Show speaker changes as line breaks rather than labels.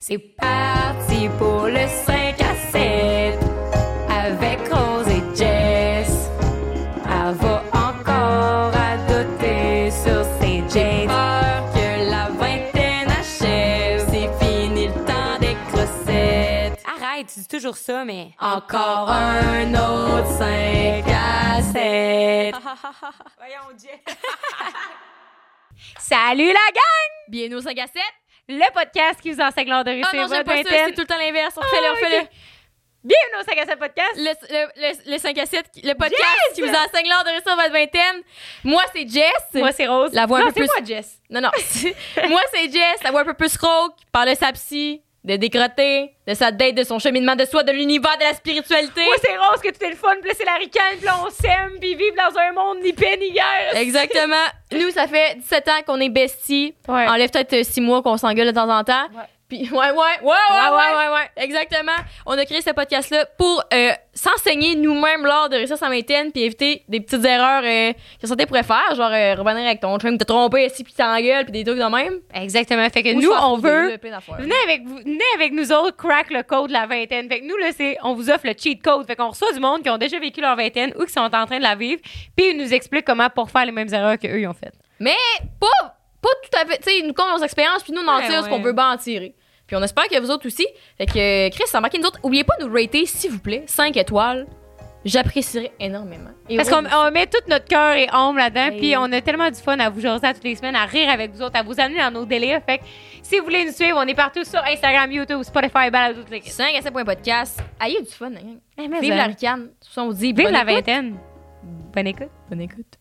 C'est parti pour le 5 à 7 avec Rose et Jess. Elle va encore adoter sur ses jets. Peur que la vingtaine achève. C'est fini le temps des crossettes. Arrête, tu dis toujours ça, mais. Encore un autre 5 à 7.
Salut la gang!
Bien au 5 à 7.
Le podcast qui vous enseigne l'art de réussir
Ah non, j'aime
votre
pas ça, c'est
vingtaine.
tout le temps l'inverse. On
Ah,
fait le, on fait
ok. Bienvenue au 5 à 7 podcast.
le, le, le, le 5 à 7, le podcast
Jess!
qui vous enseigne l'art de réussir votre vingtaine. Moi, c'est Jess.
Moi, c'est Rose.
la voix un
non,
peu
c'est
plus-
moi, Jess.
Non, non. Moi, c'est Jess, la voix un peu plus rauque, qui parle de sa psy, de décrotter, de sa date, de son cheminement de soi, de l'univers, de la spiritualité.
Moi, c'est Rose que tout est le fun. Puis là, c'est la ricane. Puis là, on s'aime. Puis vivre dans un monde ni paix ni guerre.
Exactement. Nous, ça fait 17 ans qu'on est besties.
Ouais.
Enlève peut-être 6 mois qu'on s'engueule de temps en temps.
Ouais.
Puis, ouais, ouais, ouais, ouais, ouais, ouais, ouais. exactement. On a créé ce podcast-là pour euh, s'enseigner nous-mêmes lors de réussir sa vingtaine puis éviter des petites erreurs euh, que la santé pourrait faire, genre euh, revenir avec ton chum, te tromper ici puis t'engueules puis des trucs de même.
Exactement. Fait que
Ou se
nous,
faire
on
filer,
veut.
là, plein d'affaires.
Venez avec, vous- venez avec nous autres, crack le code de la vingtaine. Fait que nous, là, c'est, on vous offre le cheat code. Fait qu'on reçoit du monde qui ont déjà vécu leur vingtaine ou qui sont en train de la vivre. Puis ils nous expliquent comment pour faire les mêmes erreurs qu'eux, ils ont faites.
Mais pas, pas tout à fait. Tu sais, ils nous comptent nos expériences puis nous, on en
Ouais,
tire ce
ouais.
qu'on veut bien en tirer. Puis on espère que vous autres aussi. Fait que euh, Chris, ça marque nous autres. Oubliez pas de nous rater, s'il vous plaît, 5 étoiles. J'apprécierais énormément. Et
Parce
vous
qu'on
aussi.
on met tout notre cœur et âme là-dedans,
Et-
puis on a tellement du fun à vous jaser à toutes les semaines, à rire avec vous autres, à vous amener dans nos délires. Fait que si vous voulez nous suivre, on est partout sur Instagram, YouTube, Spotify, Balado, toutes les
5 à 7 points podcast. Ayez du fun, hein.
Eh, mais
Vive
ça-
la ricane. Tout ça, on dit.
Vive
bonne
la
écoute.
vingtaine! Bonne écoute!
Bonne écoute.